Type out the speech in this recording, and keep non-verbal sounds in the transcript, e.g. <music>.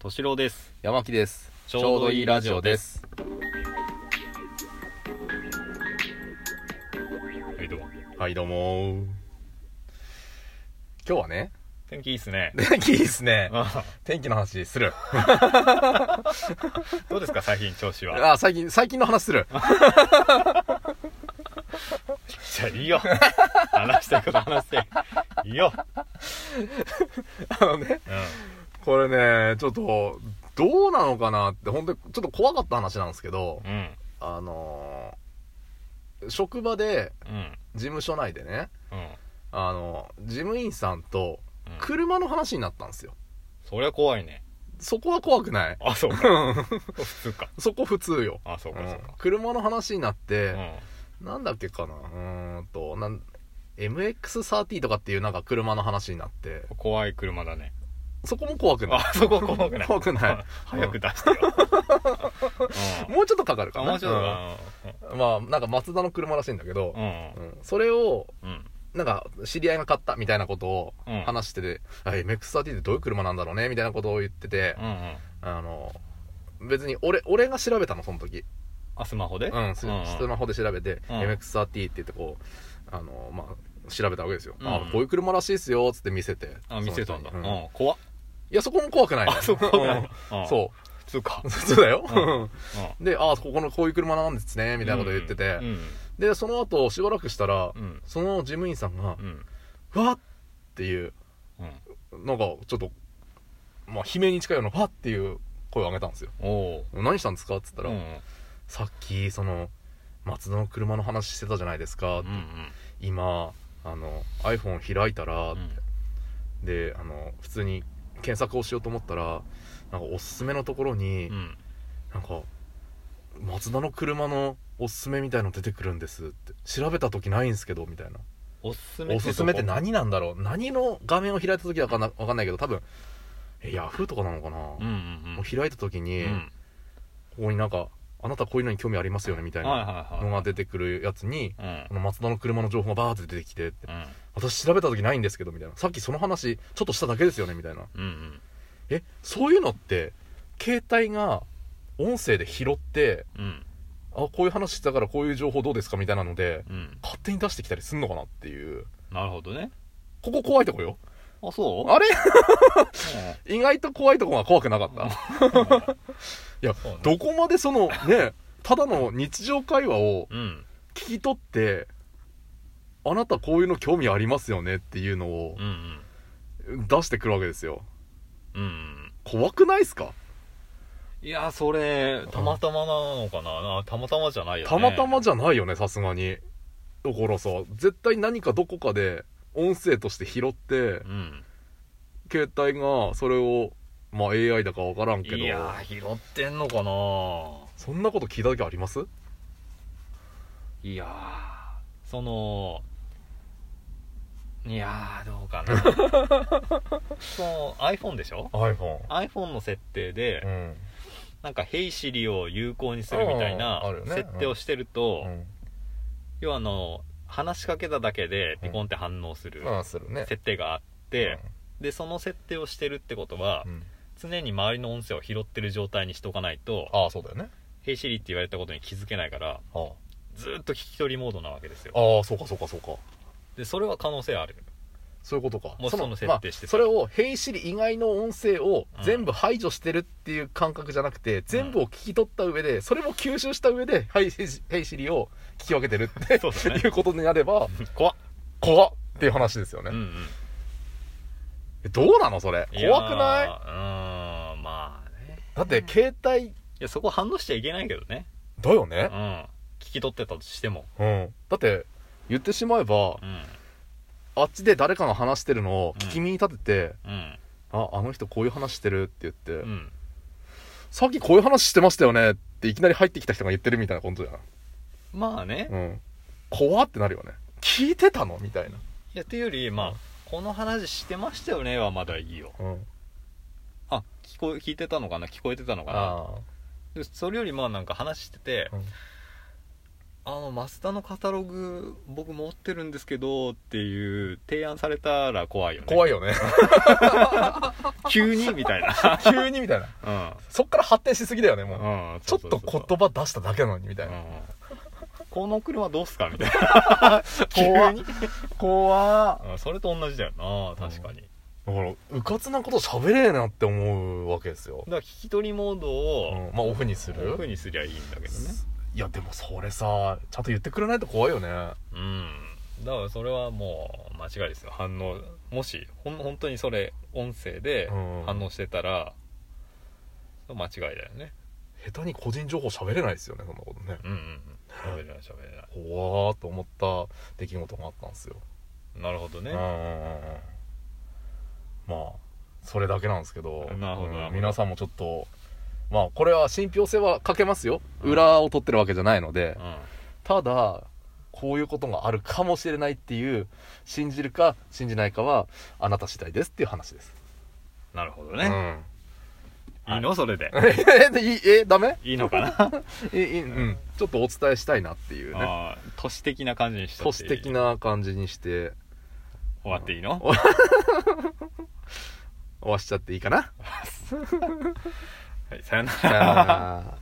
敏郎です山木ですちょうどいいラジオですはいどうもはいどうも今日 <laughs> はね天気いいっすね天気いいですねあ天気の話するどうですか最近調子はあ最近最近の話するじゃあいいよ <laughs> 話したいこと話していいよ、あのねうこれねちょっとどうなのかなって本当にちょっと怖かった話なんですけどん、うんあのー職場でうん事務所内でねうんあの事務員さんとうん車の話になったんですよそりゃ怖いねそこは怖くないあそうか普通かそこ普通よあそうかそううんか車の話になって、うんなんだっけかなうーんと、なん、MX30 とかっていうなんか車の話になって、怖い車だねそこも怖くない。あそこ怖くない怖くない。早く出してよ、うんもうちょっとかかるかあな。面白いなうんまあ、なんか松田の車らしいんだけどう、んうんそれを、うんなんか、知り合いが買ったみたいなことをうん話してて、あ MX30 ってどういう車なんだろうねみたいなことを言っててう、んうんあの、別に俺、俺が調べたの、その時。あスマホでうん、ススマホで調べて、うん MX30 って言ってこう、あの、まあ、調べたわけですよ。うんあ、こういう車らしいですよ、つって見せて。あ見せたんだそうの人にうんいん怖っや、そこも怖くない、ね。あそこ怖くないうんんそ普通かう。そうだよ。うんで、あ、ここのこういう車なんですね、みたいなこと言ってて。うんで、その後、しばらくしたら、うんその事務員さんがう、んわっっていう、うんなんか、ちょっと、まあ、悲鳴に近いような、わっっていう声を上げたんですよ。おお何したんですかって言ったうら、んさっき、その、松田の車の話してたじゃないですか、うんうん今あの iPhone 開いたら、うんであの普通に検索をしようと思ったらなんかおすすめのところに、うんなんか松田の車のおすすめみたいの出てくるんですって調べた時ないんですけどみたいなおすすめおすすめってどこ何なんだろう何の画面を開いた時だかなわかんないけど多分えヤフーとかなのかな、うんうんうんもう開いた時に、うんここになんかあなたこういうのに興味ありますよねみたいはいなはいはいのが出てくるやつに、うんこの松田の車の情報がバーって出てきてってうん私調べた時ないんですけどみたいなさっきその話ちょっとしただけですよねみたいなうんうんえそういうのって携帯が音声で拾ってうんあこういう話してたからこういう情報どうですかみたいなのでうん勝手に出してきたりすんのかなっていうなるほどねここ怖いとこよあそうあれ <laughs> うん意外と怖いとこが怖くなかったいやそうねどこまでそのねただの日常会話をうん聞き取ってあなたこういうの興味ありますよねっていうのをうんうん出してくるわけですようんうん怖くないっすかいやそれたまたまなのかなあたまたまじゃないよねたまたまじゃないよねさすがにだからさ絶対何かどこかで音声として拾ってうん携帯がそれをまあ AI だか分からんけどいやー拾ってんのかなそんなこと聞いた時ありますいやーそのいやーどうか <laughs> なその iPhone でしょ iPhone iPhone の設定で、うんなんか「Hey Siri」を有効にするみたいなあーあるよね設定をしてると、うん要はあの話しかけただけでピコンって反応するまあするね設定があって、でその設定をしてるってことは、うんうん常に周りの音声を拾ってる状態にしておかないとああそうだよね「Hey Siri」って言われたことに気づけないからああずーっと聞き取りモードなわけですよああそうかそうかそうかでそれは可能性あるそういうことかもうその設定してまあたそれを「平シリ」以外の音声をうん全部排除してるっていう感覚じゃなくて、全部を聞き取った上でそれも吸収した上で「はいヘイシヘイシリ」を聞き分けてるってそうだねいうことになれば怖っ怖っっていう話ですよね、うんうんえどうなのそれ怖くないやーうーんまあねだって携帯いやそこ反応しちゃいけないけどねだようねん、聞き取ってたとしてもうん、だって言ってしまえうばんあっちで誰かが話してるのを聞き耳に立ててうん「ああの人こういう話してる」って言って、うんさっきこういう話してましたよね」っていきなり入ってきた人が言ってるみたいなことじゃんまあね、いうん、怖ってなるよね聞いてたのみたいな、やっていうよりまあ、うんこの話してましたよねはまだいいようん、あ聞こえ聞いてたのかな聞こえてたのかなあでそれよりまあなんか話してて、うんあのマスダのカタログ僕持ってるんですけどっていう提案されたら怖いよね怖いい <laughs> よね急にみたいな急にみたいなそっから発展しすぎだよねもう、うん、うん、ちょっとそうそうそう言葉出しただけなのにみたいな、うんこの車どうすかみたいな <laughs> 怖っ急に怖うんそれと同じだよな確かに、だかだからうかつなこと喋れえなって思うわけですよ、ら聞き取りモードうをん、まあオフにすそういうる風にすりゃいいんだけどねいやでもそれさちゃんと言ってくれないと怖いよねうんだからそれはもう間違いですよ反応もしほん本当にそれ音声でうん反応してたら、間違いだよね下手に個人情報喋れないですよねそんなことねうんうんうん喋れない喋れない怖ーっと思った出来事があったんですよ、なるほどねうんうんうんうんまあそれだけなんですけどなるほどなるほど皆さんもちょっとまあこれは信憑性は欠けますようん裏を取ってるわけじゃないので、うんただこういうことがあるかもしれないっていう信じるか信じないかはあなた次第ですっていう話ですなるほどうね、んいいのそれで <laughs> えでいいえダメいいの <laughs> かな、いいいいうんちょっとお伝えしたいなっていうねあー都市的な感じにしと都って市いい的な感じにして終わっていいの、 <laughs> 終わしちゃっていいかなはい、さよならさよなら